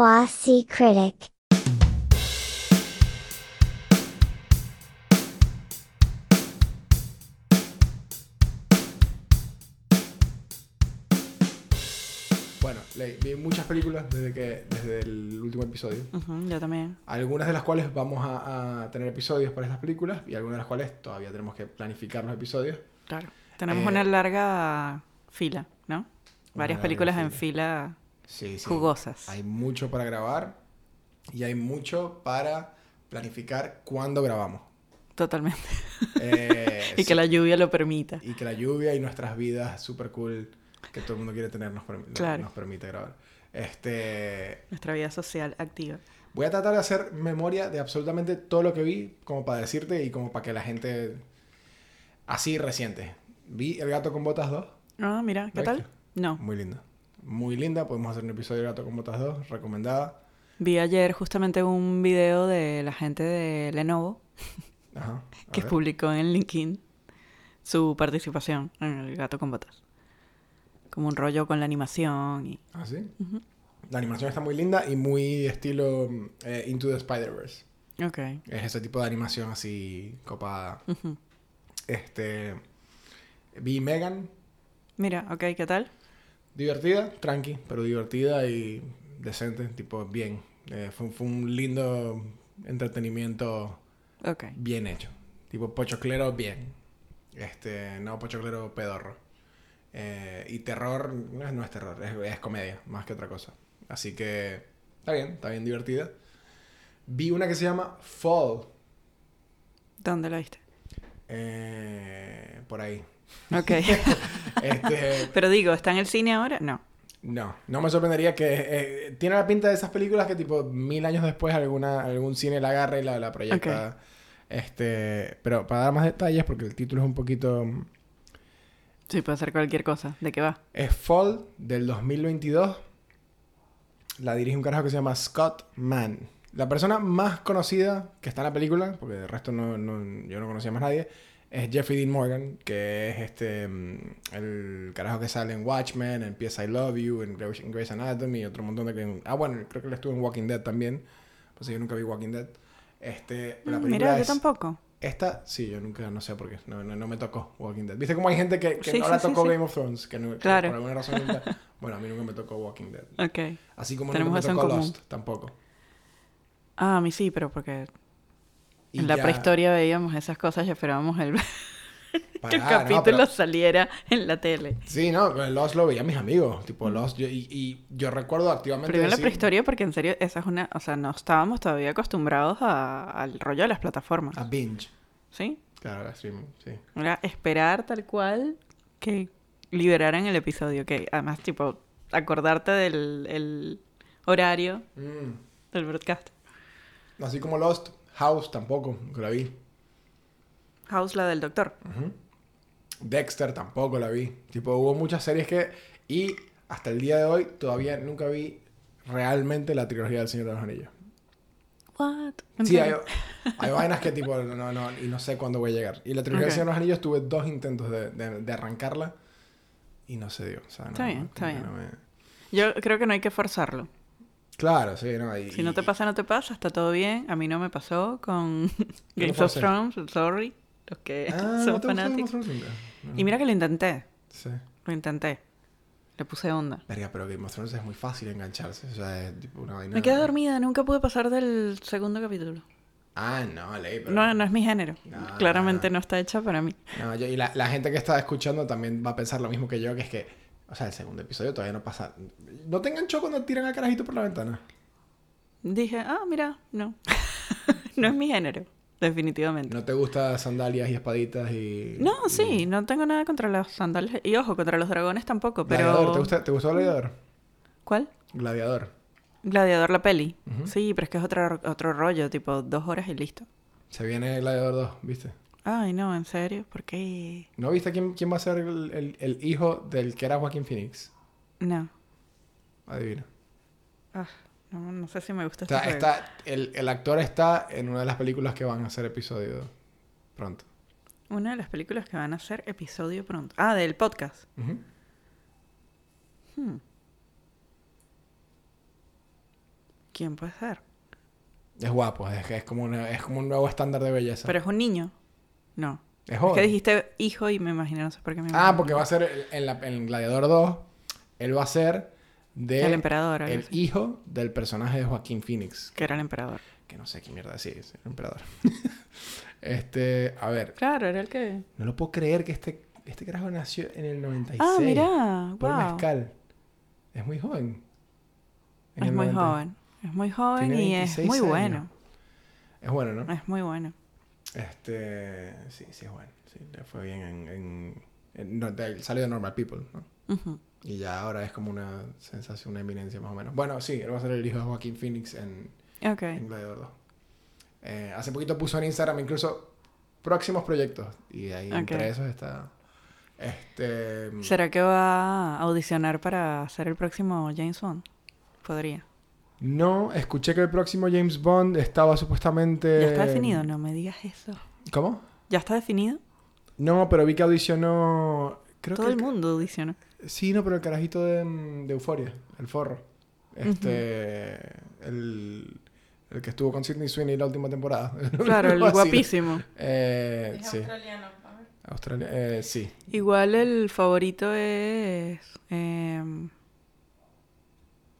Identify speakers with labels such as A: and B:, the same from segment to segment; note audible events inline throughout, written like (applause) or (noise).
A: Quasi critic.
B: Bueno, le- vi muchas películas desde, que, desde el último episodio.
C: Ujú, yo también.
B: Algunas de las cuales vamos a, a tener episodios para estas películas y algunas de las cuales todavía tenemos que planificar los episodios.
C: Claro. Tenemos
B: Eh,
C: una larga fila, ¿no? Varias
B: larga
C: películas en fila.
B: Sí, sí.
C: Jugosas.
B: Hay mucho para grabar y hay mucho para planificar cuándo
C: (laughs)
B: grabamos.
C: Totalmente. (laughs)
B: Eh,
C: Y que la lluvia lo permita.
B: y que la lluvia y nuestras vidas super cool que todo el mundo quiere tener nos, permi-
C: Claro.
B: nos permite grabar. Este,
C: Nuestra vida social activa.
B: voy a tratar de hacer memoria de absolutamente todo lo que vi, como para decirte y como para que la gente así reciente. Vi El gato con botas 2,
C: Ah, mira, ¿qué
B: ¿La
C: tal?
B: viste?
C: No.
B: muy linda. Muy linda, podemos hacer un episodio de Gato con botas 2, recomendada.
C: Vi ayer justamente un video de la gente de Lenovo
B: Ajá. a
C: que
B: ver.
C: publicó en LinkedIn su participación en El gato con botas. Como un rollo con la animación y...
B: ¿Ah, sí? La animación está muy linda y muy estilo eh, Into the Spider-Verse.
C: Ok.
B: Es ese tipo de animación así copada.
C: Ujú.
B: Este. Vi Megan,
C: Mira, ok, ¿qué tal?
B: divertida, tranqui, pero divertida y decente, tipo bien. Eh, fue, fue un lindo entretenimiento
C: Ok.
B: bien hecho. Tipo pochoclero bien. Este, no pochoclero pedorro. Eh, y terror, no es, no es terror, es, es comedia, más que otra cosa. Así que está bien, está bien divertida. Vi una que se llama Fall,
C: ¿Dónde
B: (laughs)
C: la viste?
B: eh, por ahí.
C: Ok.
B: Este,
C: Pero digo, ¿está en el cine ahora? No.
B: No, no me sorprendería que... eh, tiene la pinta de esas películas que tipo mil años después alguna, algún cine la agarra y la, la proyecta. Este, pero para dar más detalles, porque el título es un poquito...
C: Sí, puede ser cualquier cosa. ¿De qué va?
B: Es Fall del 2022. La dirige un carajo que se llama Scott Mann. La persona más conocida que está en la película, porque de resto no, no- yo no conocía más nadie, es Jeffrey Dean Morgan, que es este mm, el carajo que sale en Watchmen, en P.S. I Love You, en Grey's en Grey's Anatomy y otro montón de... que- Ah, bueno, creo que él estuvo en Walking Dead también. Pues yo nunca vi Walking Dead. Este, pero la
C: Mm,
B: película
C: Mira, yo
B: es-
C: tampoco.
B: esta, sí, yo nunca, no sé por qué, no, no, no me tocó Walking Dead. ¿Viste cómo hay gente que, que
C: Sí,
B: no
C: sí,
B: la
C: sí,
B: tocó
C: sí.
B: Game of Thrones? Que, no- que
C: Claro.
B: por alguna razón nunca... Bueno, a mí nunca me tocó Walking Dead.
C: Ok.
B: Así como
C: Tenemos
B: nunca
C: eso
B: me
C: en
B: tocó
C: común.
B: Lost, tampoco.
C: Ah, a mí sí, pero porque
B: Y
C: en la
B: ya-
C: prehistoria veíamos esas cosas y esperábamos el, (laughs) que (laughs)
B: Pará,
C: el
B: no,
C: capítulo
B: pero-
C: saliera en la tele.
B: Sí, no, pero Lost lo veía mis amigos. Tipo, Lost... yo- y, y yo recuerdo activamente
C: Mm. Primero la
B: decir-
C: prehistoria porque en serio esa es una, o sea, no estábamos todavía acostumbrados a- al rollo de las plataformas,
B: A binge.
C: ¿sí?
B: Claro, a streaming, sí.
C: Era esperar tal cual que liberaran el episodio, que además tipo acordarte del el horario
B: Mm.
C: del broadcast.
B: Así como Lost, House tampoco, nunca la vi.
C: House la del doctor.
B: Ujú. Dexter tampoco la vi. Tipo, hubo muchas series que... Y hasta el día de hoy todavía nunca vi realmente la trilogía del Señor de los Anillos.
C: What?
B: Sí,
C: Entiendo.
B: hay, hay vainas que tipo, no, no, y no sé cuándo voy a llegar. Y la trilogía del
C: Ok.
B: Señor de los Anillos tuve dos intentos de, de- de arrancarla y no se dio. O sea, no-
C: Está bien,
B: no-
C: está
B: como que
C: bien.
B: no me-
C: Yo creo que no hay que forzarlo.
B: Claro, sí, no. y-
C: Si no te
B: y-
C: pasa, no te pasa, está todo bien. A mí no me pasó con (laughs)
B: Yo no
C: Game
B: puedo
C: of
B: hacer.
C: Thrones, sorry, los que
B: (laughs)
C: (laughs)
B: Ah,
C: son
B: ¿no te gustó Game of
C: fanáticos.
B: Thrones nunca? No.
C: Y mira que lo intenté,
B: Sí.
C: lo intenté. Le puse onda.
B: Verga, pero Game of Thrones es muy fácil engancharse. O sea, es tipo una vaina...
C: Me quedé dormida, nunca pude pasar del segundo capítulo.
B: Ah, no, ley, pero...
C: No, no es mi género.
B: No,
C: Claramente
B: no,
C: no está hecha para mí.
B: No, yo- y la, la gente que está escuchando también va a pensar lo mismo que yo, que es que, o sea, el segundo episodio todavía no pasa. No te enganchó cuando tiran al carajito por la ventana.
C: Dije, ah, mira, no. (laughs) no es mi género, definitivamente.
B: No te gustan sandalias y espaditas y.
C: No,
B: y-
C: sí, no tengo nada contra los sandales. Y ojo, contra los dragones tampoco, pero...
B: Gladiador, ¿te, gusta, ¿Te gustó Gladiador?
C: ¿Cuál?
B: Gladiador.
C: Gladiador la peli.
B: Ujú.
C: Sí, pero es que es otro, otro rollo, tipo dos horas y listo.
B: Se viene Gladiador 2, ¿viste?
C: Ay, no, en serio, ¿por qué?
B: ¿No viste quién, quién va a ser el, el- el hijo del que era Joaquín Phoenix?
C: No.
B: Adivina.
C: Ah, no, no sé si me gusta
B: O sea,
C: este juego.
B: está, el, el actor está en una de las películas que van a hacer episodio pronto.
C: Una de las películas que van a hacer episodio pronto. Ah, del podcast.
B: Ujú.
C: Hmm. ¿Quién puede ser?
B: Es guapo, es, es como una- es como un nuevo estándar de belleza.
C: ¿Pero es un niño? No.
B: es
C: Es que
B: joven.
C: dijiste hijo y me imaginé, no sé por qué me
B: Ah,
C: imaginé.
B: porque va a ser el- en, la- en Gladiador 2, él va a ser de
C: El emperador, algo
B: el
C: así.
B: hijo del personaje de Joaquín Phoenix,
C: Que era el emperador.
B: que no sé qué mierda sí, es el emperador. (laughs) este, a ver,
C: Claro, era el que...
B: no lo puedo creer que este este carajo nació en el 96.
C: Ah, mira,
B: Por
C: wow.
B: mezcal. Es muy joven. En
C: Es
B: el
C: muy
B: 90.
C: joven. Es muy joven
B: Tiene
C: y es
B: 26
C: muy
B: años.
C: bueno.
B: Es bueno, ¿no?
C: Es muy bueno.
B: Este, sí, sí es bueno. Sí, le fue bien en, en, en- no, de- salió de Normal People, ¿no?
C: Ujú.
B: Y ya ahora es como una sensación, una eminencia más o menos. Bueno, sí, él va a ser el hijo de Joaquín Phoenix en,
C: Ok.
B: en Gladiador 2. Eh, hace poquito puso en Instagram incluso próximos proyectos. Y de ahí
C: Ok.
B: entre esos está... Este...
C: ¿Será que va a audicionar para ser el próximo James Bond? Podría.
B: No, escuché que el próximo James Bond estaba supuestamente...
C: ¿Ya está definido? No me digas eso.
B: ¿Cómo?
C: ¿Ya está definido?
B: No, pero vi que audicionó... Creo
C: Todo
B: que
C: el mundo
B: (laughs)
C: audiciona.
B: Sí, no, pero el carajito de, mm, de Euforia, el forro. Este. el, el que estuvo con Sidney Sweeney la última temporada. (laughs)
C: Claro, el
B: Así.
C: guapísimo.
B: Eh, sí,
A: australiano. A ver.
B: Australia. Eh, sí.
C: Igual el favorito es... em,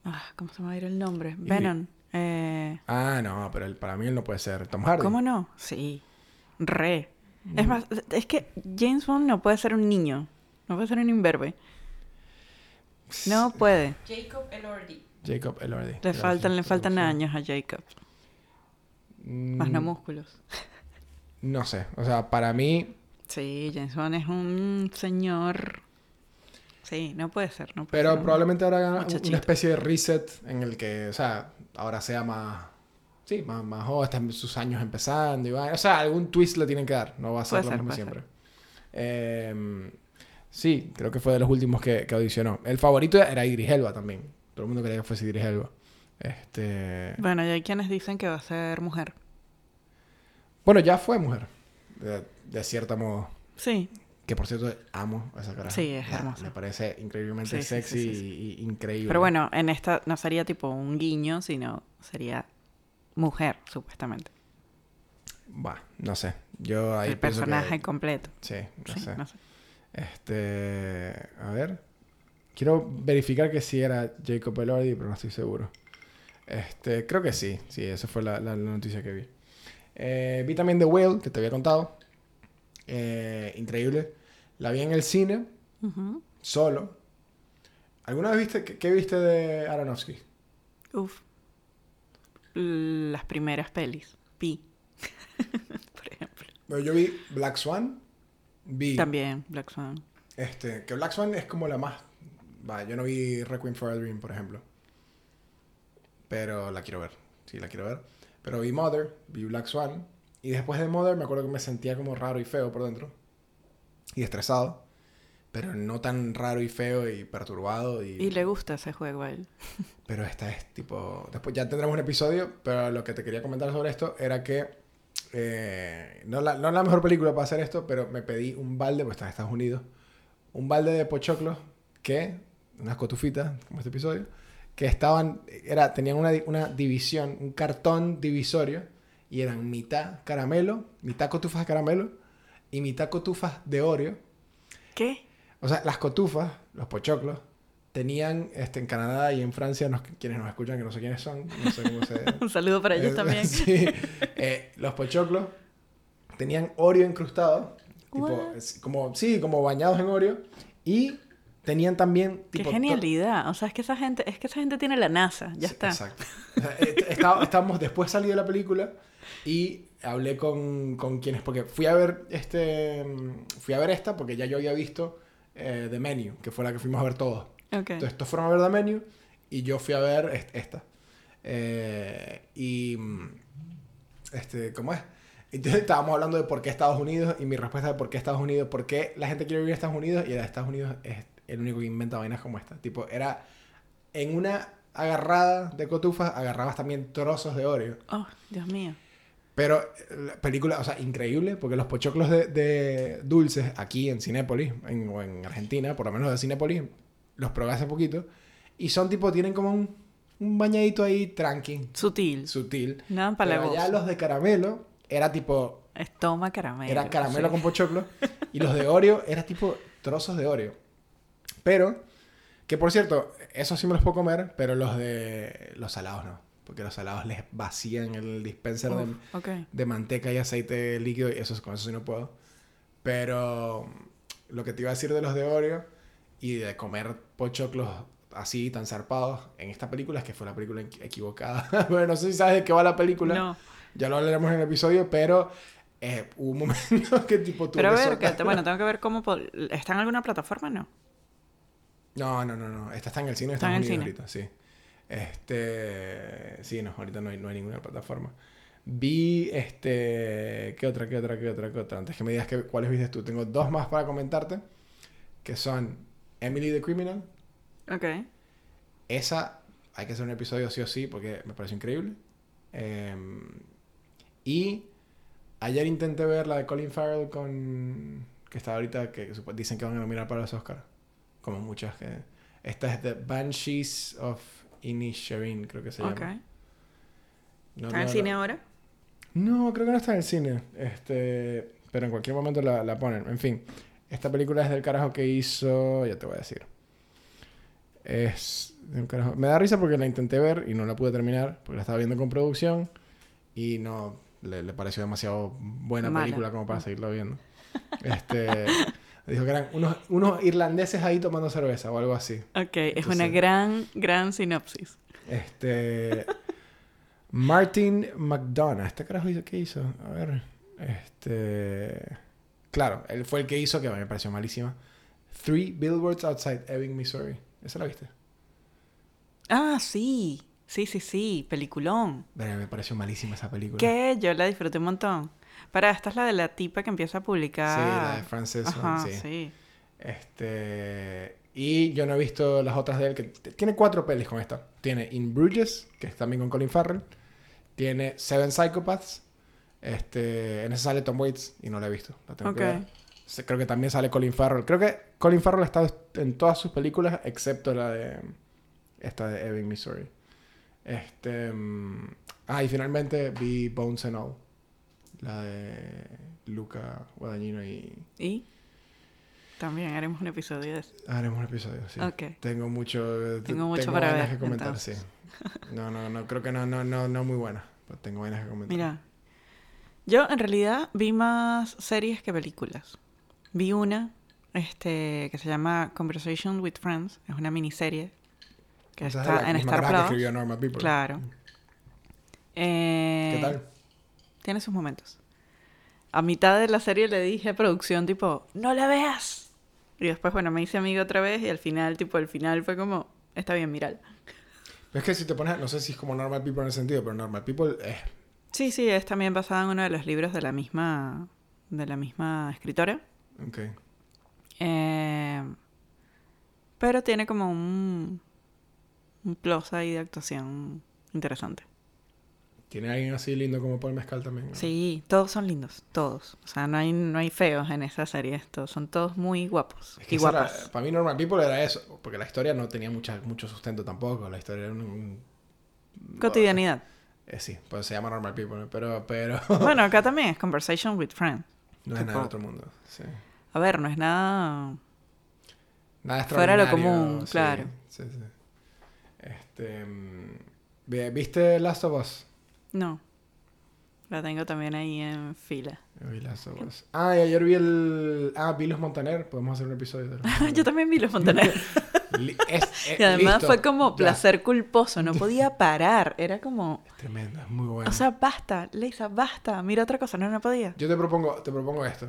C: ah, ¿Cómo se me va a ir el nombre? Venom. Eh,
B: Ah, no, pero él- para mí él no puede ser Tom Hardy. Mm.
C: ¿Cómo no? Sí. Re. Es más, es que James Bond no puede ser un niño. No puede ser un imberbe. No puede.
A: Jacob Elordi.
B: Jacob Elordi.
C: Le
B: Gracias
C: faltan, le
B: por
C: faltan
B: la
C: años a Jacob.
B: opción.
C: Más no
B: Mm,
C: músculos.
B: No sé. O sea, para mí.
C: Sí, James Bond es un señor. Sí, no puede ser. No puede
B: Pero
C: ser un-
B: probablemente habrá un-
C: muchachito.
B: una especie de reset en el que, o sea, ahora sea más. Sí, más, más joven, está en sus años empezando y va. O sea, algún twist le tienen que dar, no va a ser
C: Puede
B: lo
C: ser,
B: mismo
C: puede
B: siempre. Eh, sí, creo que fue de los últimos que, que audicionó. El favorito era Idris Elba también. Todo el mundo creía que fuese Idris Elba. Este.
C: Bueno, y hay quienes dicen que va a ser mujer.
B: Bueno, ya fue mujer. De, de cierto modo.
C: Sí.
B: Que por cierto, amo a esa cara.
C: Sí, es hermosa.
B: Me parece increíblemente
C: Sí, sí, sí,
B: sexy
C: sí, sí.
B: y- y increíble.
C: Pero bueno, en esta no sería tipo un guiño, sino sería mujer, supuestamente.
B: Bah, no sé. Yo ahí
C: El
B: pienso que-
C: personaje completo.
B: Sí, no
C: Sí,
B: sé.
C: no sé.
B: Este. A ver. Quiero verificar que sí era Jacob Elordi, pero no estoy seguro. Este, creo que sí. Sí, esa fue la, la- la noticia que vi. Eh, vi también The Whale, que te había contado. Eh, increíble. La vi en el cine,
C: Ujú.
B: solo. ¿Alguna vez viste qué, qué viste de Aronofsky?
C: Uf. Las primeras pelis. Pi. (laughs) Por ejemplo.
B: Bueno, yo vi Black Swan. Vi
C: También Black Swan.
B: Este, que Black Swan es como la más. Va, yo no vi Requiem for a Dream, por ejemplo. Pero la quiero ver. Sí, la quiero ver. Pero vi Mother, vi Black Swan. Y después de Mother me acuerdo que me sentía como raro y feo por dentro. Y estresado. Pero no tan raro y feo y perturbado. Y,
C: Y le gusta ese juego a él.
B: Pero esta es tipo. Después ya tendremos un episodio. Pero lo que te quería comentar sobre esto era que. eh, no, la, no la mejor película para hacer esto, pero me pedí un balde, pues está en Estados Unidos un balde de pochoclos que, unas cotufitas, como este episodio, que estaban, era, tenían una, di- una división, un cartón divisorio, y eran mitad caramelo, mitad cotufas de caramelo y mitad cotufas de Oreo.
C: ¿Qué? (laughs)
B: O sea, las cotufas, los pochoclos, tenían este, en Canadá y en Francia, nos- quienes nos escuchan, que no sé quiénes son, no sé cómo se...
C: Un saludo (laughs) para ellos
B: Eh, (laughs)
C: también.
B: sí. Eh, los pochoclos tenían Oreo incrustado. Tipo,
C: What?
B: es como, sí, como bañados en Oreo. Y tenían también...
C: Qué
B: Tipo, to-
C: genialidad. O sea, es que esa gente, es que esa gente tiene la NASA. Ya
B: Sí,
C: está.
B: Exacto. (laughs) O sea, eh, está- estábamos después salí de la película y hablé con, con quienes, porque fui a ver este, mm, fui a ver esta porque ya yo había visto eh, The Menu, que fue la que fuimos a ver todos.
C: Ok.
B: Entonces, estos fueron a ver The Menu y yo fui a ver est- esta. Eh, y. mm, Este, ¿Cómo es? Entonces estábamos hablando de por qué Estados Unidos y mi respuesta de por qué Estados Unidos, por qué la gente quiere vivir en Estados Unidos y la de Estados Unidos es el único que inventa vainas como esta. Tipo, era en una agarrada de cotufas, agarrabas también trozos de Oreo.
C: Oh, Dios mío.
B: Pero eh, la película, o sea, increíble, porque los pochoclos de, de dulces aquí en Cinépolis, en, o en Argentina, por lo menos de Cinépolis, los probé hace poquito, y son tipo, tienen como un un bañadito ahí tranqui,
C: Sutil.
B: sutil.
C: Nada
B: Pero ya
C: empalagoso.
B: los de caramelo era tipo,
C: Estoma caramelo.
B: era caramelo
C: sí.
B: con pochoclo. Y los
C: (laughs)
B: de Oreo era tipo trozos de Oreo. Pero, que por cierto, esos sí me los puedo comer, pero los de los salados no. Porque los salados les vacían el dispenser de,
C: Uf, ok.
B: de manteca y aceite líquido y eso es- con eso sí no puedo. Pero lo que te iba a decir de los de Oreo y de comer pochoclos así tan zarpados en esta película es que fue la película equi- equivocada. (laughs) bueno, no sé si sabes de qué va la película.
C: No.
B: Ya lo hablaremos en el episodio, pero eh, hubo un momento (laughs) que tipo tuve
C: Pero a
B: que
C: ver,
B: soltar-
C: que- bueno, tengo que ver cómo... po- ¿Está en alguna plataforma no?
B: (laughs) No, no, no, no. Esta está en el cine,
C: Está
B: está en
C: en el
B: ahorita, sí. Este, sí, no, ahorita no hay, no hay ninguna plataforma. Vi este, ¿qué otra, qué otra, qué otra, qué otra? Antes que me digas que, cuáles viste tú, tengo dos más para comentarte, que son Emily the Criminal.
C: Ok.
B: Esa hay que hacer un episodio sí o sí porque me pareció increíble. Em, y ayer intenté ver la de Colin Farrell con que está ahorita que supo- dicen que van a nominar para los Oscars, como muchas que esta es The Banshees of Inisherin, creo que se
C: Ok.
B: llama. No,
C: ¿Está en el
B: no,
C: cine
B: no.
C: ahora?
B: No, creo que no está en el cine. Este, pero en cualquier momento la, la ponen. En fin, esta película es del carajo que hizo. Ya te voy a decir. Es de un carajo. Me da risa porque la intenté ver y no la pude terminar porque la estaba viendo con producción y no le, le pareció demasiado buena
C: Mala.
B: película como para seguirla viendo. Este, (laughs) dijo que eran unos, unos irlandeses ahí tomando cerveza o algo así.
C: Ok, es una
B: Entonces-
C: gran, gran sinopsis.
B: Este. Martin McDonough. ¿Este carajo hizo qué hizo? A ver. Este. Claro, él fue el que hizo, que me pareció malísima. Three Billboards Outside Ebbing, Missouri. ¿Esa la viste?
C: Ah, sí. Sí, sí, sí. Peliculón.
B: Verga, me pareció malísima esa película.
C: Que yo la disfruté un montón. Para, esta es la de la tipa que empieza a
B: Sí,
C: publicar.
B: la de Frances.
C: Ah, Ajá,
B: sí.
C: sí.
B: Este. Y yo no he visto las otras de él, que t- tiene cuatro pelis con esta. Tiene In Bruges, que es también con Colin Farrell. Tiene Seven Psychopaths. Este, en esa sale Tom Waits y no la he visto. La tengo que
C: Ok.
B: ver. Se- Creo que también sale Colin Farrell. Creo que Colin Farrell está en todas sus películas, excepto la de. Esta de Ebbing, Missouri. Este. mm, Ah, y finalmente vi Bones and All. La de Luca Guadagnino y.
C: Y también haremos un episodio de eso.
B: ah, Haremos un episodio, sí.
C: Ok.
B: Tengo mucho,
C: Tengo mucho para
B: vainas
C: ver,
B: que comentar,
C: entonces. (laughs)
B: sí. No, no, no, creo que no, no, no, no muy buena. Pero tengo vainas que comentar.
C: Mira, yo en realidad vi más series que películas. Vi una este, que se llama Conversation with Friends, es una miniserie que
B: Esa es de
C: está
B: la
C: en
B: misma
C: Star
B: caraja que
C: Plus.
B: escribió Norma People.
C: Claro.
B: ¿Qué
C: Eh,
B: tal?
C: Tiene sus momentos. A mitad de la serie le dije a producción, tipo, no la veas. Y después, bueno, me hice amigo otra vez y al final, tipo, el final fue como, está bien, miral.
B: Es que si te pones, no sé si es como Normal People en el sentido, pero Normal People es
C: Sí, sí, es también basada en uno de los libros de la misma, de la misma escritora.
B: ok.
C: Eh, pero tiene como un, un plus ahí de actuación interesante.
B: Tiene alguien así lindo como Paul Mezcal también. ¿no?
C: Sí, todos son lindos, todos. O sea, no hay, no hay feos en esa serie, estos son todos muy guapos
B: Es que
C: y
B: esa era-
C: guapas.
B: para mí Normal People era eso, porque la historia no tenía mucha, mucho sustento tampoco. La historia era un... un-
C: Cotidianidad.
B: Eh, sí, pues se llama Normal People, pero, pero
C: Bueno, acá también es Conversation with Friends.
B: (laughs) no es nada
C: tipo-
B: del otro mundo. Sí.
C: A ver, no es nada.
B: Nada
C: Fuera de lo
B: extraordinario,
C: común,
B: sí,
C: claro.
B: Sí, sí. Este, mm, vi- ¿Viste Last of Us?
C: No. La tengo también ahí en fila. (laughs)
B: Yo Vi Last of Us. Ah, y ayer vi el... Ah, vi Los Montaner. Podemos hacer un episodio de Los
C: (laughs) Yo también vi los Montaner.
B: Li- es- eh,
C: Y además
B: listo,
C: fue como
B: ya.
C: placer
B: (laughs)
C: culposo, no podía parar. Era como.
B: Es tremendo, es muy bueno.
C: O sea, basta, Leisa, basta. Mira otra cosa, no, no podía.
B: Yo te propongo, te propongo esto.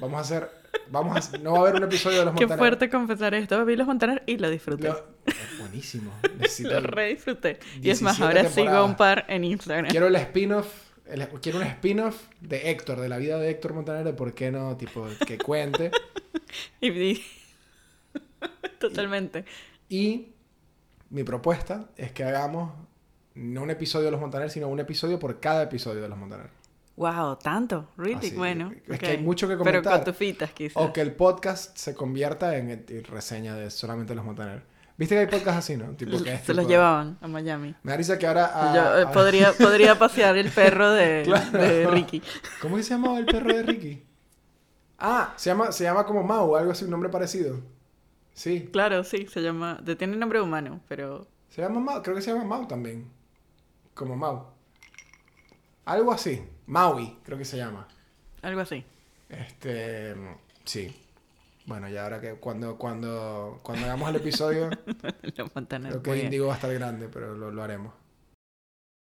B: Vamos a hacer... Vamos a... hacer- No va a haber un episodio de Los
C: (laughs) Qué
B: Montaner.
C: fuerte confesar esto. Vi los Montaner y lo disfruté.
B: Lo-
C: Lo,
B: es
C: (laughs)
B: buenísimo. Necesito...
C: re disfruté. Y es más,
B: 17
C: ahora sigo
B: temporadas.
C: un par en Instagram.
B: Quiero el spin-off. el- Quiero un spin-off de Héctor, de la vida de Héctor Montaner, de por qué no, tipo, que cuente. (laughs)
C: Y vi- (laughs) Totalmente.
B: Y mi propuesta es que hagamos no un episodio de los Montaner, sino un episodio por cada episodio de los Montaner.
C: Wow, tanto. Really,
B: Así,
C: bueno.
B: Ah, es que
C: ok.
B: hay mucho que
C: Pero
B: comentar.
C: con tufitas, quizás.
B: O que el podcast se convierta en, en reseña de solamente los Montaner. Viste que hay podcasts así, ¿no? Tipo que es
C: Se los
B: tipo-
C: llevaban a Miami.
B: Me da risa que ahora. ah,
C: Yo, eh,
B: ah,
C: podría, podría pasear el perro de,
B: (laughs) Claro.
C: de Ricky.
B: (laughs) ¿Cómo que se llamaba el perro de Ricky? Ah, se llama, se llama como Mau, algo así, un nombre parecido. Sí.
C: Claro, sí, se llama. de- Tiene nombre humano, pero.
B: Se llama Mau, creo que se llama Mau también. Como Mau. Algo así. Maui, creo que se llama.
C: algo así. (laughs)
B: Este, sí. Bueno, ya ahora que cuando cuando cuando hagamos el episodio,
C: La Montana.
B: creo
C: muy
B: que
C: bien.
B: Indigo va a estar grande, pero lo, lo haremos.